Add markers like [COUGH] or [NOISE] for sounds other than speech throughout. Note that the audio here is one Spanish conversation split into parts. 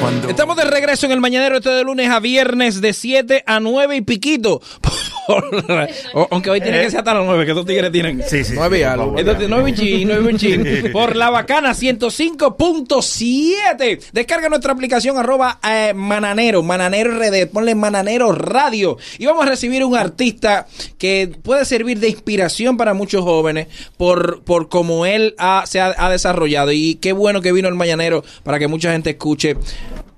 cuando. Estamos de regreso en el mañanero este de lunes a viernes de 7 a 9 y piquito. [LAUGHS] O- Aunque hoy tiene que ser hasta las 9, que estos tigres tienen. Eh. Sí, sí. Nueve sí, y algo. por favor. Entonces, 9 y chin, 9 y chin. Por la bacana 105.7. Descarga nuestra aplicación arroba eh, mananero, mananero RD. Ponle mananero radio. Y vamos a recibir un artista que puede servir de inspiración para muchos jóvenes por, por cómo él ha- se ha, ha desarrollado. Y qué bueno que vino el mañanero para que mucha gente escuche.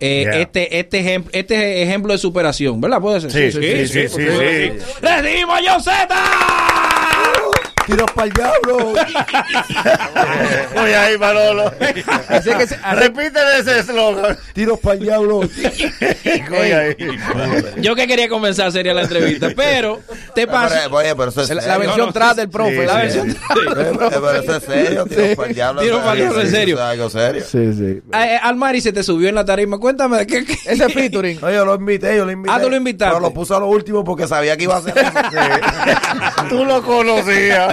eh, Yeah. este, este, ejemplo, este ejemplo de superación, ¿verdad? Puede ser. Sí, sí, sí, sí, por sí. supuesto que sí. ¡Recibimos a Joseta! Tiros para el diablo. [LAUGHS] Voy ahí, Manolo. Así que se- Repítele ese eslogan. Tiros para el diablo. Voy ahí. Yo que quería comenzar sería la [LAUGHS] entrevista, pero te paso. Pero, oye, pero eso es La, la serio. versión tras del profe. eh, Sí, la sí. versión Eh, Pero eso es serio, tiro para el diablo. Tiro o sea, pa'l diablo, en sí, serio. eso Es algo serio. Sí, sí. [LAUGHS] Eh, eh, Almari se te subió en la tarima. Cuéntame de qué. qué- Ese featuring. No, yo lo invité, yo lo invité. Ah, tú lo invitaste. Pero lo puse a lo último porque sabía que iba a hacer [LAUGHS] eso. Tú lo conocías. porque-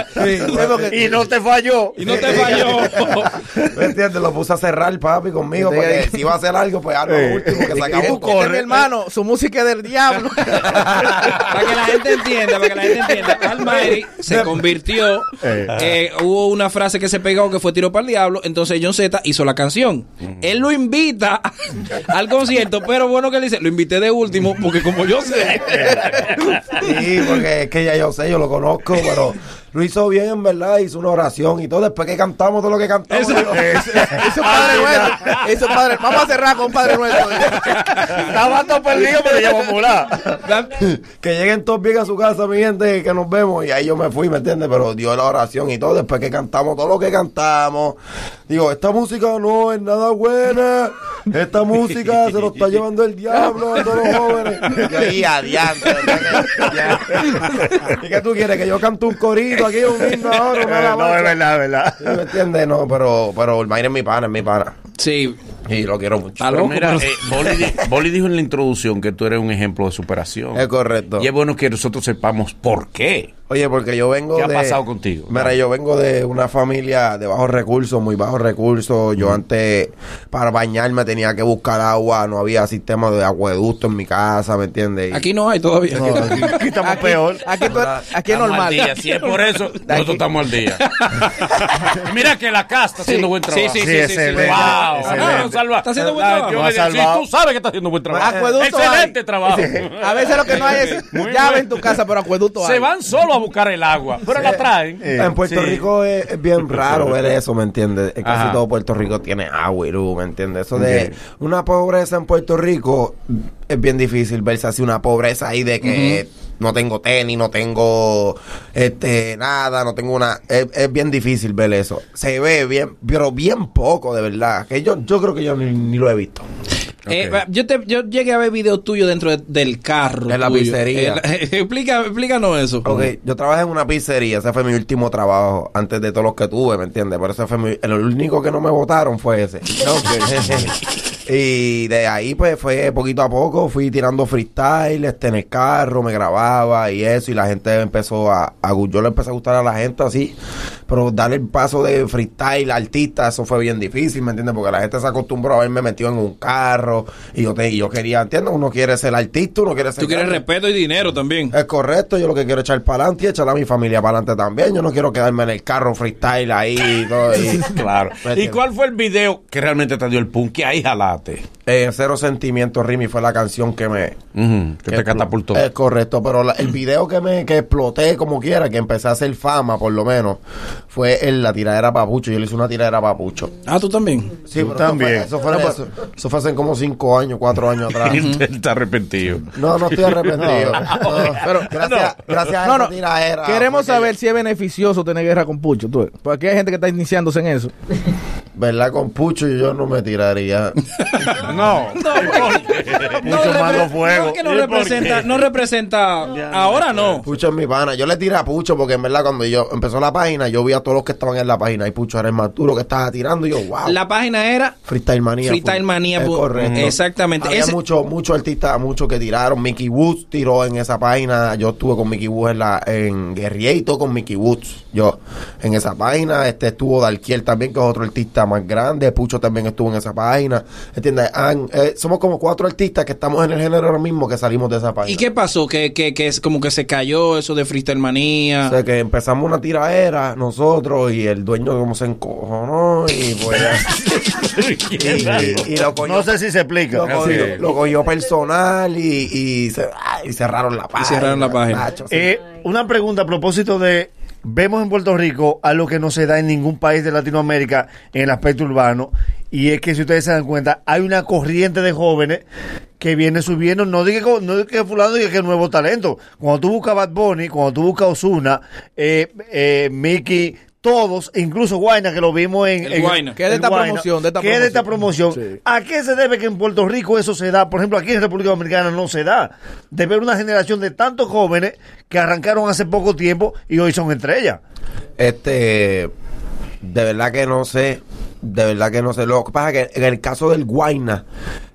Y no te falló. [LAUGHS] Y no te falló. [LAUGHS] ¿Me entiendes? Lo puse a cerrar, papi, conmigo. Sí. Porque si iba a hacer algo, pues hazlo lo último que se Y tú acabó. corres, este mi hermano, su música es del diablo. para que la gente entienda, para que la gente entienda. Almari se convirtió. eh, hubo una frase que se pegó que fue tiro para el diablo. Entonces John Z hizo la canción. Él lo invita al concierto, pero bueno que él dice, lo invité de último porque como yo sé. Sí, porque es que ya yo sé, yo lo conozco, pero lo hizo bien, en verdad. Hizo una oración y todo. Después que cantamos todo lo que cantamos. Eso- [LAUGHS] yo- Eso es Ah, padre nuestro. Eso es padre. Vamos a cerrar con padre nuestro. Estaba todo perdido, pero ya vamos a volar. [LAUGHS] Eh, Que lleguen todos bien a su casa, mi gente, que nos vemos. Y ahí yo me fui, ¿me entiendes? Pero dio la oración y todo. Después que cantamos todo lo que cantamos, digo, esta música no es nada buena. Esta música se lo está llevando el diablo a todos los [LAUGHS] jóvenes. [LAUGHS] Y ahí adiante. [LAUGHS] ¿Y qué tú quieres? Que yo cante un corito aquí, un himno ahora, una Eh, No, es alabanza? verdad, es verdad. Sí, ¿Me entiendes? No, pero, pero el Mayra es mi pana, es mi pana. Sí, Y lo quiero mucho. está Pero loco. mira, pero- eh, Boli, di- Boli dijo en la introducción que tú eres un ejemplo de superación. Es correcto. Y es bueno que nosotros sepamos por qué. Oye, porque yo vengo ¿Qué ha de- pasado contigo? Mira, yo vengo de una familia de bajos recursos, muy bajos recursos. Yo antes, para bañarme, tenía que buscar agua. No había sistema de acueducto en mi casa, ¿me entiendes? Y- Aquí no hay todavía. No, [LAUGHS] aquí- Aquí estamos peor. Aquí, tú- aquí es Estamos normal. al día. Si es por eso, nosotros estamos al día. Y [LAUGHS] mira que la casa está haciendo buen trabajo. Sí, sí, Sí, sí, sí, sí. excelente, Wow, excelente. Ah, Salva. Está haciendo buen Ah, trabajo. yo Lo ha le digo, sí, salvado. tú sabes que está haciendo buen trabajo. Acueducto Excelente trabajo. [LAUGHS] A veces lo que no hay es Muy llave bueno. en tu casa, pero acueducto hay. Se van solo a buscar el agua, pero [LAUGHS] la traen. Eh, en Puerto sí. Rico es, [LAUGHS] es bien raro ver eso, ¿me entiendes? Eh, Casi Ajá. todo Puerto Rico tiene agua y luz, ¿me entiendes? Eso de una pobreza en Puerto Rico es bien difícil verse así una pobreza ahí de que no tengo tenis, no tengo este nada, no tengo una... Es, es bien difícil ver eso. Se ve bien, pero bien poco, de verdad. Que yo, yo creo que yo ni, ni lo he visto. Eh, va- yo, te, yo llegué a ver videos tuyos dentro de- del carro. De la tuyo. Eh, pizzería. la- [LAUGHS] explica, explícanos eso. Ok, yo trabajé en una pizzería, ese fue mi último trabajo, antes de todos los que tuve, ¿me entiendes? Pero ese fue mi- el único que no me votaron fue ese. [LAUGHS] y de ahí pues fue poquito a poco, fui tirando freestyle, este, en el carro, me grababa y eso, y la gente empezó a, a gu- yo le empecé a gustar a la gente así, pero darle el paso de freestyle, artista, eso fue bien difícil, ¿me entiendes? Porque la gente se acostumbró a verme metido en un carro, y yo, te, y yo quería, ¿entiendes? Uno quiere ser artista, uno quiere ser... Tú quieres grande. respeto y dinero también. Es correcto, yo lo que quiero es echar para adelante y echar a mi familia para adelante también. Yo no quiero quedarme en el carro freestyle ahí y todo. y- Claro. Vete. ¿Y cuál fue el video que realmente te dio el punk? Que ahí jalate. Eh, Cero Sentimiento Rimi fue la canción que me. que te explo- catapultó. Es correcto, pero la- el video que me que exploté como quiera, que empecé a hacer fama por lo menos, fue en la tiradera Papucho. Yo le hice una tiradera Papucho. Ah, tú también. Sí, Tú también. Eso fue, eso fue- eso- eso fue hace como cinco años, cuatro años [LAUGHS] atrás. Él está arrepentido. No, no estoy arrepentido. No, pero gracias, gracias a No, esa no. Ah, tiradera. Queremos porque- saber si es beneficioso tener guerra con Pucho. Tú. ves. Porque aquí hay gente que está iniciándose en eso. ¿Verdad? Con Pucho yo no me tiraría. No. [LAUGHS] Mucho repre- más los no, es fuegos. que no representa, no representa. ahora no. Pucho es mi pana. Yo le tiré a Pucho porque en verdad cuando yo empezó la página, yo vi a todos los que estaban en la página y Pucho era el más duro que estaba tirando y yo, wow. La página era Freestyle Manía. Freestyle Manía. Es pu- correcto. Exactamente. Había Ese- muchos muchos artistas, muchos que tiraron. Mickey Woods tiró en esa página. Yo estuve con Mickey Woods en, la, en Guerrieto con Mickey Woods. Yo en esa página. Este estuvo Dalquiel también, que es otro artista más grande. Pucho también estuvo en esa página. ¿Entiendes? Han- eh, somos como cuatro artistas que estamos en el género ahora mismo que salimos de esa página. ¿Y qué pasó? Que, que, que es como que se cayó eso de freestyle manía. O sea, que empezamos una tiraera nosotros y el dueño como se encojonó y pues... y, y lo cogió, No sé si se explica. lo cogió- sí. lo cogió personal y, y, se- ah, y cerraron la página. cerraron la página. macho, sí. Eh, una pregunta a propósito de vemos en Puerto Rico algo que no se da en ningún país de Latinoamérica en el aspecto urbano y es que si ustedes se dan cuenta hay una corriente de jóvenes que viene subiendo no diga que, no diga que fulano diga que es nuevo talento cuando tú buscas Bad Bunny cuando tú buscas Osuna eh, eh, Mickey todos, incluso Guayna, que lo vimos en... El en- Guayna. ¿Qué de el esta Guayna, promoción? De esta ¿qué de esta promoción? promoción? Sí. ¿A qué se debe que en Puerto Rico eso se da? Por ejemplo, aquí en República Dominicana no se da. De ver una generación de tantos jóvenes que arrancaron hace poco tiempo y hoy son estrellas. Este, de verdad que no sé. De verdad que no sé. Lo que pasa es que en el caso del Guaina,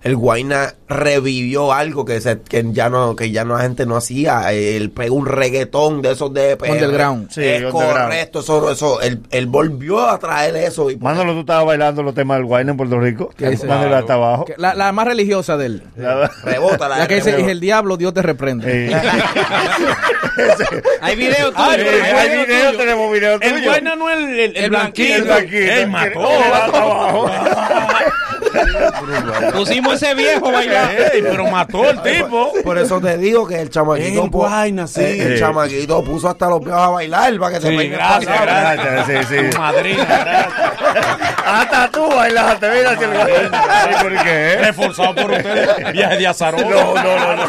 el Guaina revivió algo que, se- que ya no que ya no la gente no hacía. Él pegó un reggaetón de esos de EPR. Underground. Sí, es underground. correcto. Eso, eso, él, él volvió a traer eso. Y, Manolo, tú estabas bailando los temas del Guayna en Puerto Rico. ¿Qué dice? Manolo, hasta Oh. abajo. [LAUGHS] Que- La, la más religiosa de él. La- rebota La que dice, "Y el diablo, Dios te reprende. Eh. Hay video tuyo. Ay, pero hay video video, tuyo. tenemos video El tuyo. bueno no el, el, El blanquito. blanquito. Ey, mató. Hasta [LAUGHS] abajo. Pusimos ese viejo bailando. Ey, pero mató el tipo. Por eso te digo que el chamaquito, En pu- Guayna, sí. eh, el Sí. chamaquito puso hasta los viejos a bailar para que se Sí, peguen gracias, pasadas. gracias. Gracias, sí, sí. Tu madrina, gracias. [LAUGHS] Hasta tú bailaste, mira si el Sí, ¿por pues, qué? Reforzado por ustedes. Viaje de azarón. No, no, no, no.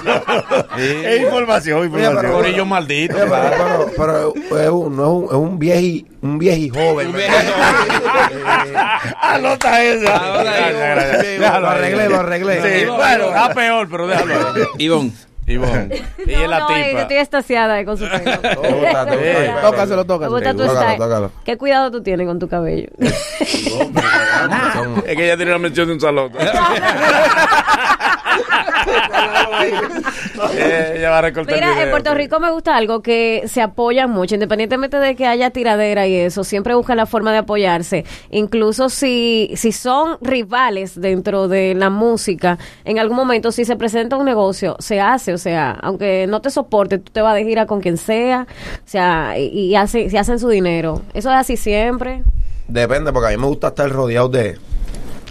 Es información, información. pero- Corillo maldito. Oye, [LAUGHS] pero, pero, pero es un, no es un, es un vieji, un vieji joven. ¿verdad? Anota esa. Ah, Ahora Gracias, digo, gracias. Eh, Déjalo lo ahí. arreglé, lo arreglé. Sí, Ivonne, bueno, está peor, pero déjalo ahí. Ivonne. Ivonne. Ella es No, la no, eh, yo tipa. estoy estaciada con su [LAUGHS] pelo. Te gusta, te gusta. Eh, [LAUGHS] Tócaselo, Me gusta tócaselo. tu Tócalo, style. tócalo. ¿Qué cuidado tú tienes con tu [LAUGHS] cabello? Son- Es que ella tiene la mención de un [LAUGHS] salón. Eh, [LAUGHS] ella va a recortar el Mira, en video, pues. Puerto sí. Rico me gusta algo que se apoya mucho, independientemente de que haya tiradera y eso, siempre buscan la forma de apoyarse. Incluso si, si son rivales dentro de la música, en algún momento si se presenta un negocio, se hace, o sea, aunque no te soporte, tú te vas de gira con quien sea, o sea, y, y hace, se hacen su dinero. Eso es así siempre. Depende, porque a mí me gusta estar rodeado de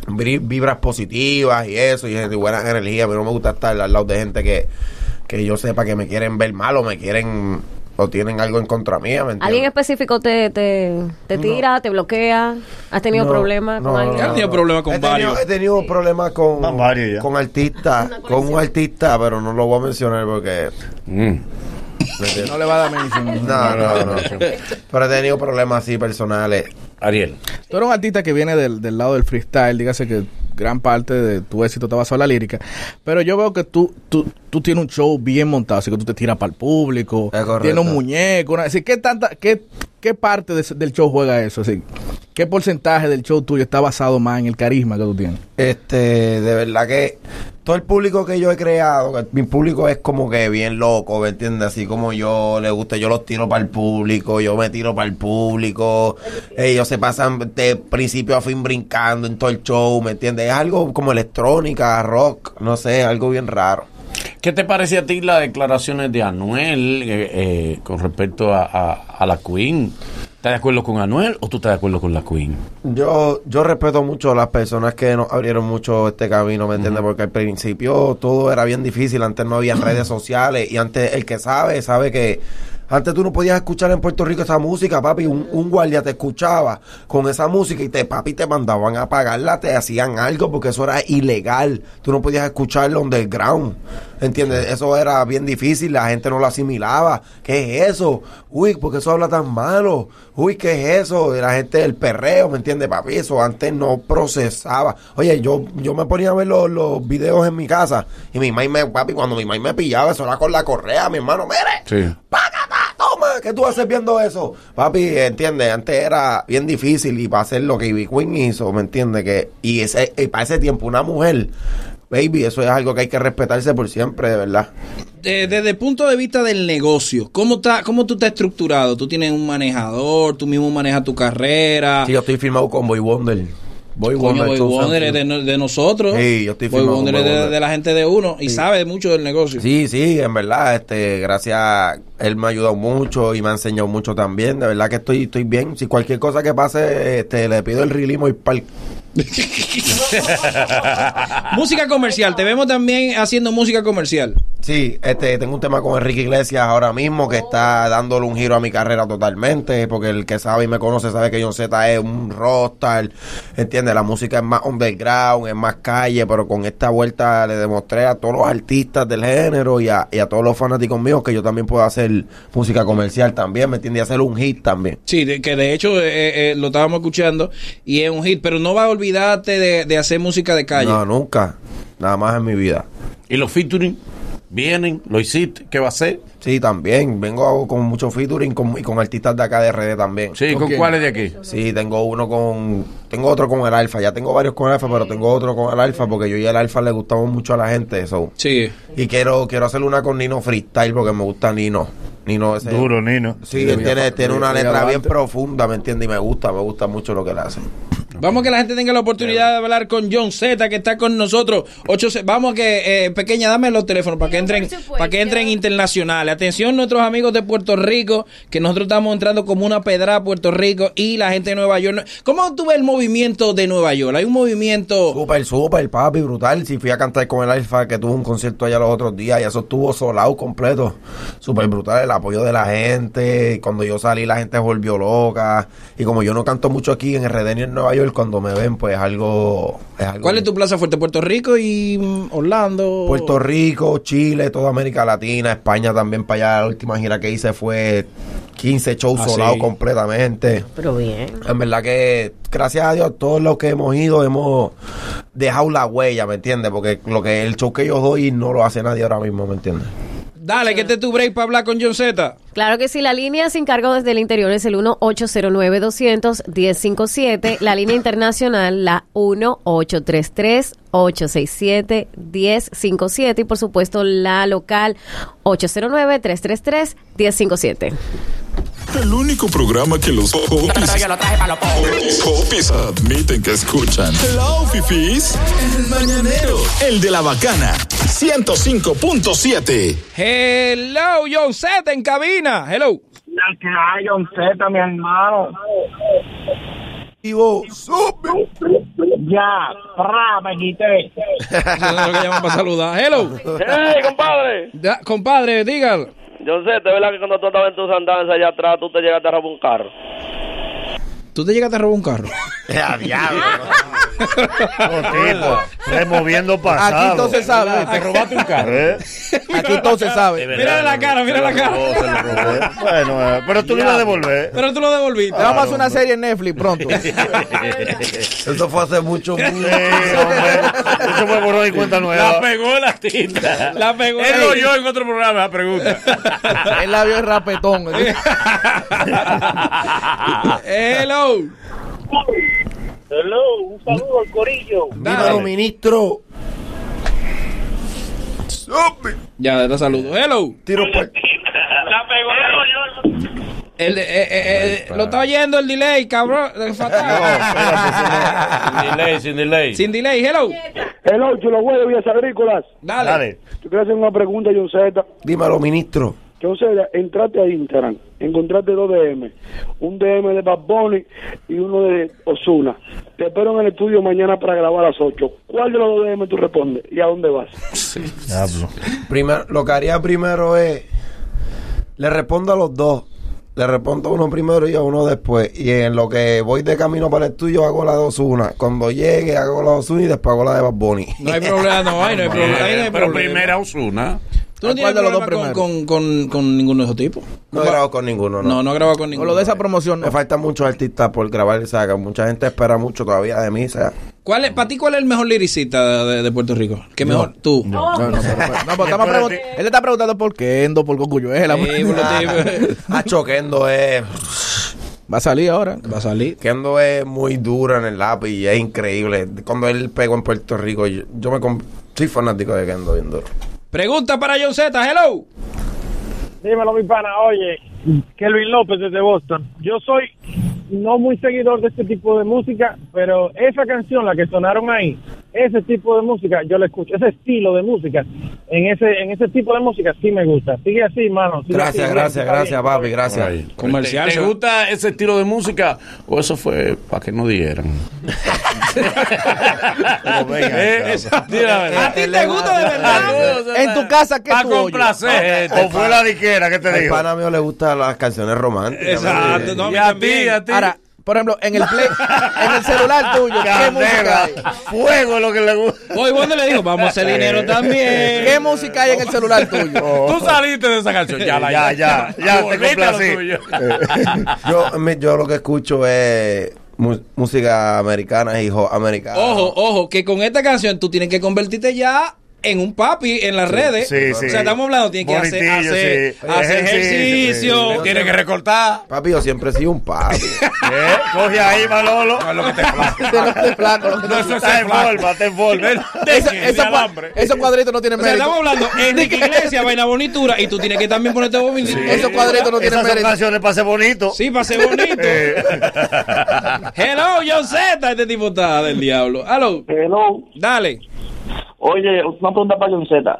bri- vibras positivas y eso, y gente- y buenas energías. A mí no me gusta estar al lado de gente que, que yo sepa que me quieren ver mal o me quieren o tienen algo en contra mía. ¿me entiendes? ¿Alguien específico te, te, te tira, te bloquea? ¿Has tenido No, problemas no, no, con alguien? Ya no, han tenido no. problemas con he tenido- varios. He tenido problemas Van con, varios ya. con artistas, con un artista, pero no lo voy a mencionar porque... Mm. ¿me entiendes? No le va a dar mención. No, no, no. [LAUGHS] Pero he tenido problemas así personales. Ariel. Tú eres un artista que viene del, del lado del freestyle, dígase que gran parte de tu éxito está basado en la lírica, pero yo veo que tú, tú, tú tienes un show bien montado, así que tú te tiras para el público, Es correcto. tienes un muñeco, una- así, ¿qué, tanta, qué, ¿qué parte de ese- del show juega eso? Así, ¿Qué porcentaje del show tuyo está basado más en el carisma que tú tienes? Este, de verdad que todo el público que yo he creado, que mi público es como que bien loco, ¿me entiendes? Así como yo le gusta, yo los tiro para el público, yo me tiro para el público. Ellos se pasan de principio a fin brincando en todo el show, ¿me entiendes? Es algo como electrónica, rock, no sé, algo bien raro. ¿Qué te parece a ti las declaraciones de Anuel eh, eh, con respecto a, a- a la Queen? ¿Estás de acuerdo con Anuel o tú estás de acuerdo con la Queen? Yo, yo respeto mucho a las personas que nos abrieron mucho este camino, ¿me entiendes? Porque al principio todo era bien difícil, antes no había redes sociales y antes el que sabe, sabe que antes tú no podías escuchar en Puerto Rico esa música, papi, un, un guardia te escuchaba con esa música y te, papi, te mandaban a pagarla, te hacían algo porque eso era ilegal, tú no podías escucharlo underground, ¿entiendes? Eso era bien difícil, la gente no lo asimilaba, ¿qué es eso? Uy, ¿por qué eso habla tan malo? Uy, ¿qué es eso? De La gente del perreo, ¿me entiendes, papi? Eso antes no procesaba. Oye, yo, yo me ponía a ver los, los videos en mi casa y mi mamá me, papi, cuando mi mamá me pillaba, eso era con la correa, mi hermano, mire, Sí. ¡Págata! ¡Toma! ¿Qué tú haces viendo eso? Papi, ¿entiendes? Antes era bien difícil y para hacer lo que Ivy Queen hizo, ¿me entiendes? Que, y, ese, y para ese tiempo una mujer, baby, eso es algo que hay que respetarse por siempre, de verdad. Eh, desde el punto de vista del negocio, ¿cómo, está, ¿cómo tú estás estructurado? ¿Tú tienes un manejador? ¿Tú mismo manejas tu carrera? Sí, yo estoy firmado con Boy Wonder. Boy Ah. Coño, Wonder, Boy entonces, Wonder es de, no- de nosotros. Sí, yo estoy Boy firmado con Wonder Boy es de, Wonder. de la gente de uno y sabe mucho del negocio. Sí, sí, en verdad, este, gracias, él me ha ayudado mucho y me ha enseñado mucho también, de verdad que estoy, estoy bien, si cualquier cosa que pase, este, le pido el rilimo y pal... [LAUGHS] Música comercial. Te vemos también haciendo música comercial. Sí, este, tengo un tema con Enrique Iglesias ahora mismo que está dándole un giro a mi carrera totalmente, porque el que sabe y me conoce sabe que John Z es un rockstar, entiende, la música es más underground, es más calle, pero con esta vuelta le demostré a todos los artistas del género y a, y a todos los fanáticos míos que yo también puedo hacer música comercial también, ¿me entiende? Y hacer un hit también. Sí, de- que de hecho eh, eh, lo estábamos escuchando y es un hit, pero no vas a olvidarte de, de hacer música de calle. No, nunca, nada más en mi vida. Y los featuring vienen, lo hiciste, ¿qué va a ser? Sí, también, vengo con mucho featuring con- y con artistas de acá de RD también. Sí, ¿con Ok. cuáles de aquí? Sí, tengo uno con. Tengo otro con el Alfa. Ya tengo varios con el Alfa, pero tengo otro con el Alfa porque yo y el Alfa le gustamos mucho a la gente. eso. Sí. Y quiero quiero hacer una con Nino Freestyle porque me gusta Nino. Nino ese. Duro, Nino. Sí, él tiene, tiene una Debía letra bien adelante. profunda, ¿me entiendes? Y me gusta, me gusta mucho lo que le hace. Vamos a que la gente tenga la oportunidad de hablar con John Z que está con nosotros. Ocho se- vamos a que eh, pequeña dame los teléfonos para que entren por supuesto. para que entren internacionales. Atención nuestros amigos de Puerto Rico que nosotros estamos entrando como una pedra a Puerto Rico y la gente de Nueva York. ¿Cómo tú ves el movimiento de Nueva York? Hay un movimiento Súper, súper, papi, brutal. Sí, fui a cantar con el Alfa que tuvo un concierto allá los otros días y eso estuvo solado completo. Súper brutal el apoyo de la gente. Cuando yo salí la gente se volvió loca. Y como yo no canto mucho aquí en RD ni en Nueva York, cuando me ven pues es algo... Es algo ¿Cuál es tu plaza fuerte? Puerto Rico y mm, Orlando. Puerto Rico, Chile, toda América Latina, España también para allá. La última gira que hice fue 15 shows Ah, solados sí. completamente. Pero bien. En verdad que, gracias a Dios, todos los que hemos ido hemos dejado la huella, ¿me entiendes? Porque lo que el show que yo doy no lo hace nadie ahora mismo, ¿me entiendes? Dale, que este es tu break para hablar con John Z. Claro que sí, la línea sin cargo desde el interior es el 1-809-200-1057, la línea internacional la 1-833-867-1057 y por supuesto la local 809-333-1057. El único programa que los popis, popis admiten que escuchan. Hello, fifis. El mañanero. El de la bacana. 105.7. Hello, John Z en cabina. Hello. La que hay, John Z, mi hermano. Y vos, sube. Ya, ra, me quité. Eso es lo que llaman para saludar. Hello. ¡Ey, compadre! Da- compadre, dígalo. Yo sé, te verdad que cuando tú estabas en tus andanzas allá atrás, tú te llegaste a robar un carro. Tú te llegaste a robar un carro. Ya, diablo. Otro tipo, removiendo pasado. Aquí entonces ah, sabe. Te robaste un carro. ¿Eh? Aquí entonces sabe. Mira la cara, mira la Oh, se cara. lo robé. Bueno, eh, pero tú lo ibas a devolver. Pero tú lo devolviste. Le vamos a hacer una serie en Netflix [LAUGHS] pronto. Eso fue hace mucho, mucho. Sí, hombre. Eso fue borrón y cuenta La nueva. pegó la [LAUGHS] tinta. La pegó. Él lo oyó en otro programa, la pregunta. Él la vio en rapetón. Hello. Hello, un saludo al corillo. Dímelo, ministro. Sube. Ya, te saludo. Hello. Tiro pa- La pegó John. El, eh, eh, eh, lo está oyendo el delay, cabrón. Eh, fatal. sin delay, sin delay. Sin delay, hello. Hello, chulo huevo, vías agrícolas. Dale. Dale. Yo quiero hacer una pregunta, John Z. Dímelo, ministro. John Z, entraste a Instagram, encontraste dos DM. Un DM de Bad Bunny y uno de Osuna. Te espero en el estudio mañana para grabar a las 8. ¿Cuál de los dos DM tú respondes y a dónde vas? Diablo. Primer- lo que haría primero es. Le respondo a los dos. Le respondo a uno primero y a uno después. Y en lo que voy de camino para el tuyo hago la dos una. Cuando llegue hago la dos una y después hago la de Bad Bunny. No hay problema, no hay, no hay problema. ahí no hay pero problema. primera Osuna. Tú no tienes ¿Cuál de los dos problema con, con, primero? con, con ninguno de esos tipos. [LAUGHS] No he grabado con ninguno, no. No, no graba con O ninguno. lo de esa promoción. Me no. faltan muchos artistas por grabar, o sea, que mucha gente espera mucho todavía de mí, o sea. ¿Cuál es, ¿Para ti cuál es el mejor liricista de, de Puerto Rico? ¿Qué mejor? Tú. No, no, pero- no, pero estamos pregun- él le está preguntando por qué Endo, por Gocuyo. Es la- Sí, [LAUGHS] por los tipos. Ah, Choquendo es. Va a salir ahora. Va a salir. Kendo es muy dura en el lápiz y es increíble. Cuando él pegó en Puerto Rico, yo, yo me. con- Soy fanático de Kendo bien duro. Pregunta para John Z, hello. Dímelo, mi pana. Oye, que Luis López desde Boston. Yo soy no muy seguidor de este tipo de música, pero esa canción, la que sonaron ahí, ese tipo de música, yo la escucho, ese estilo de música, en ese en ese tipo de música sí me gusta. Sigue así, mano. sigue así, Gracias, bien, gracias, está gracias, bien. papi, gracias. Comercial. ¿Te, te gusta ese estilo de música o eso fue para que no dieran? Pero venga, Eh, esa- di la verdad. Ah, ¿A ti te gusta de verdad? En tu casa, ¿qué Pa' tú oyes? complacer, O fue la diquera que te Al dijo. pana mío le gustan las canciones románticas. Exacto, Sí. no, a mí Y a también. ti, a ti. Ahora, por ejemplo, en el play, en el celular tuyo, ¿qué música Candela. hay? Fuego es lo que le gusta. Hoy Bonde le dijo, vamos a hacer dinero también. ¿Qué música hay en el celular Oh. tuyo? Tú saliste de esa canción. [LAUGHS] Ya, la, Ya, ya, ya, te Volviste a lo complací. tuyo. Yo, me- yo lo que escucho es mu- música americana y hop americana. Ojo, ojo, que con esta canción tú tienes que convertirte ya en un papi en las redes. sí, O sí. sea, estamos hablando, tienes que hacer, Bonitillo, hacer, sí. hacer Ejercicio, ejercicio. sí. Tienes que recortar. Papi, yo siempre he sido [LAUGHS] un papi. ¿Eh? Coge ahí, Malolo. De los de flaco, los que te- Está en forma, te en forma. Esa- esa cua- Esos cuadritos no tienen O sea, mérito. estamos hablando Enrique Iglesias, vaina bonitura, y tú tienes que también ponerte bonito. Esos cuadritos no tienen Esas son mérito. canciones para ser bonito. Sí, para ser bonito. Eh. [LAUGHS] Hello, John Z, este tipo está del diablo. Hello, Hello. dale. Oye, una pregunta para John Z.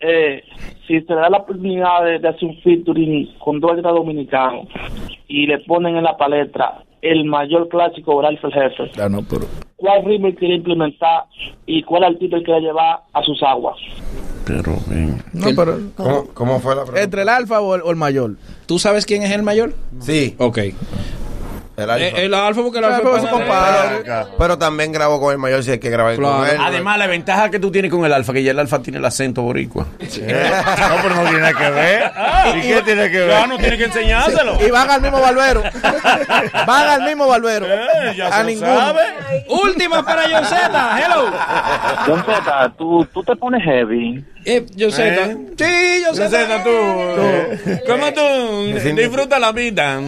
Eh, si se le da la oportunidad de, de hacer un featuring con dos artistas dominicanos y le ponen en la palestra el mayor clásico oral el jefe, Ah, no, pero- ¿cuál ritmo él quiere implementar y cuál artista él quiere llevar a sus aguas? Pero, ven. no, pero- ¿Cómo, cómo fue la pregunta? Entre el alfa o el, o el mayor. ¿Tú sabes quién es el mayor? Sí, Ok. el Eh, El, alfa. el alfa, porque el alfa Claro, es su pana de- compadre. Pero también grabo con el mayor si hay que grabar Claro. con él. Además, Ah, la ventaja que tú tienes con el alfa, que ya el alfa tiene el acento boricua. ¿Eh? No, pero no tiene nada que ver. ¿Y qué tiene que ver? no Ah, tiene que enseñárselo. Y van al mismo barbero. van al mismo barbero. a ninguno. Última para John Z, hello. John Z, tú, tú te pones heavy. Eh, yo sé. Sí, yo sé. Zeta, tú. ¿Cómo tú? Disfruta la vida.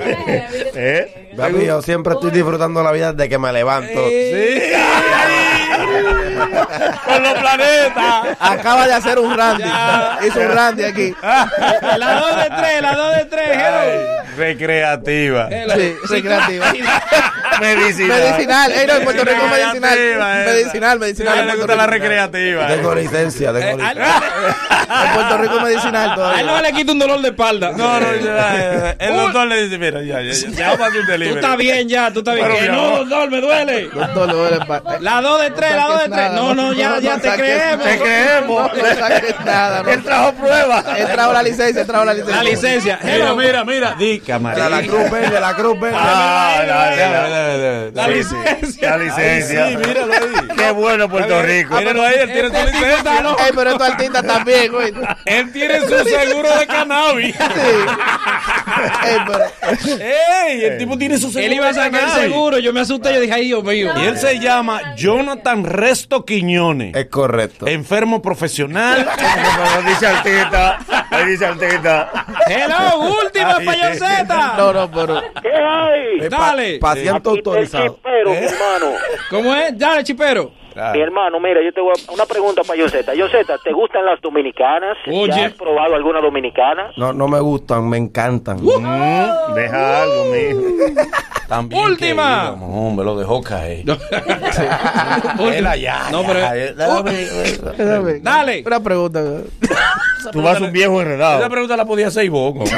¿Eh? Papi, yo siempre estoy disfrutando la vida desde que me levanto. Con los planetas. Acaba de hacer un randy. Hizo un randy aquí. Eh, Ah, La 2 de 3, la 2 de 3, hello. Recreativa. Hello. Sí, recreativa. Medicinal. Medicinal. Ey, no, en Puerto Rico medicinal. Recreativa, esa. Medicinal, medicinal. Sí, en le Puerto gusta la Rico. recreativa. Tengo licencia, tengo Eh, licencia. En Puerto Rico medicinal A él no todavía. le quita un dolor de espalda. No, no, ya, ya, el doctor le dice, mira, ya, ya, ya, ya vamos a hacer un Tú delivery. estás bien ya, tú estás bien. Pero Que mi no, amor. doctor, me duele. Doctor, le duele el pa- La 2 de 3, la 2 de saques 3. nada, No, no, ya, ya te saques- creemos. Te creemos. No saques nada, no. Él trajo pruebas. Él trajo la licencia, él trajo la licencia. La licencia. Mira, Hello. mira, mira. Di, De la camarada. Cruz Verde, la Cruz Verde. Ah, la- Dale, la- dale, dale, La dale. licencia. La licencia. Sí, míralo ahí. Qué bueno Puerto Rico. Míralo ahí, él tiene Este su tipo está licencia. loco. Ey, pero estos artistas también, güey. Sí. Él tiene [LAUGHS] su seguro de cannabis. Ey, pero- [LAUGHS] ¡Ey! El tipo tiene su seguro Él iba a de sacar el cannabis. seguro. Yo me asusté. Yo dije, ay, Dios mío. Y él se llama Jonathan Resto Quiñones. Es correcto. Eh, Enfermo profesional. Lo dice artista. Lo dice artista. Hello, última para John No, Z. no, eh, pero. ¿Qué hay? Es dale. Paciente autorizado. Pero, ¿Eh? mi hermano, ¿Cómo es? Dale, chipero. Ah. mi hermano, mira, yo te voy a... Una pregunta para Yoseta. Yoseta, ¿te gustan las dominicanas? Oye. ¿Ya has probado alguna dominicana? No, no me gustan, me encantan. Uh, Ah. Mm, Deja algo, mijo. También Última. que- No, hombre, lo dejó caer. Él Última. allá. No, pero- uh. Dale. Una pregunta. güey. Tú vas un viejo Esa enredado. pregunta la podía hacer vos.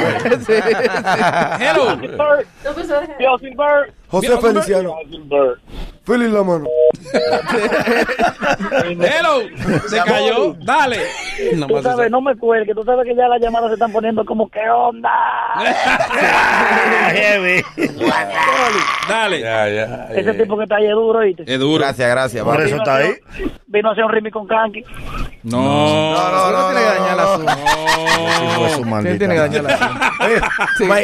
Sí. Hello. Josilbert. José Feliciano, Josilbert. Feliz la mano. Hello. Se cayó. Dale. Tú sabes, no me cuelgues, tú sabes que ya las llamadas se están poniendo como, ¿qué onda? [LAUGHS] Ah, Heavy. Dale. Ya, ya, Ese eh. tipo que está ahí es duro, ¿viste? Es duro. Gracias, gracias. Por papi. eso está ahí. Vino a hacer un remix con Kanki. No. No, no, no, tiene que dañar la no, no. suma. Él tiene que dañar la suma. [LAUGHS] Oye,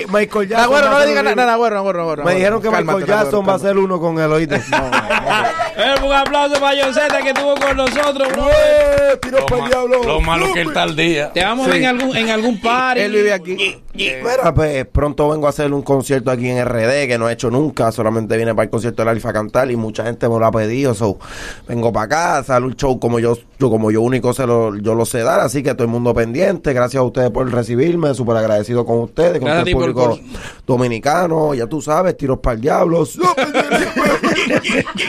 Ma- Michael Jackson. Nagüero, no va a le hacer digas nada, un remix. Nagüero, Nagüero, Nagüero. Me dijaron que Cálmate, Michael Jackson Nagüero, va a ser uno con el oído. Eh, Un aplauso para John Z que estuvo con nosotros, bro. ¡Eh! ¡Tiro Lo, para ma- el diablo! lo malo que él está al día. Te vamos a ver en algún, en algún party. Él vive aquí. Mira, pues pronto vengo a hacer un concierto aquí en RD que no he hecho nunca. Solamente vine para el concierto del Alfa a cantar y mucha gente me lo ha pedido. So, vengo para acá, dar un show como yo, yo- como yo único se lo, yo lo sé dar, así que todo el mundo pendiente, gracias a ustedes por recibirme, súper agradecido con ustedes, con Gracias a todo ti el por- público dominicano, ya tú sabes, tiros para el diablo.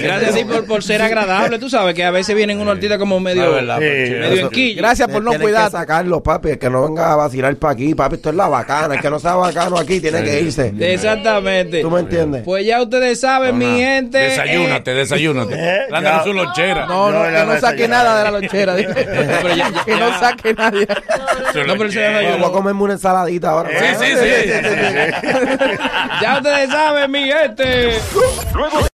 Gracias sí, por, por ser agradable. Tú sabes que a veces vienen unos artistas como medio, La verdad, pues, Sí. medio Eso- enquillo. Gracias por no Tienen cuidar. que sacarlo, papi, el que no venga a vacilar para aquí, papi, esto es la bacana, el que no sea bacano aquí tiene que irse. Exactamente. ¿Tú me entiendes? Pues ya ustedes saben, mi gente. eh, [LAUGHS] Desayúnate, desayúnate. Eh, Dándole ya. su lonchera. No, no, No, la que no mesa saque ya. nada de la lonchera. dije. pero ya- ya- que no saque nadie. Su No, pero eso ya no lonchera. ayuda. Voy a comerme una ensaladita ahora. Sí, sí, sí. Ya ustedes saben, mi gente.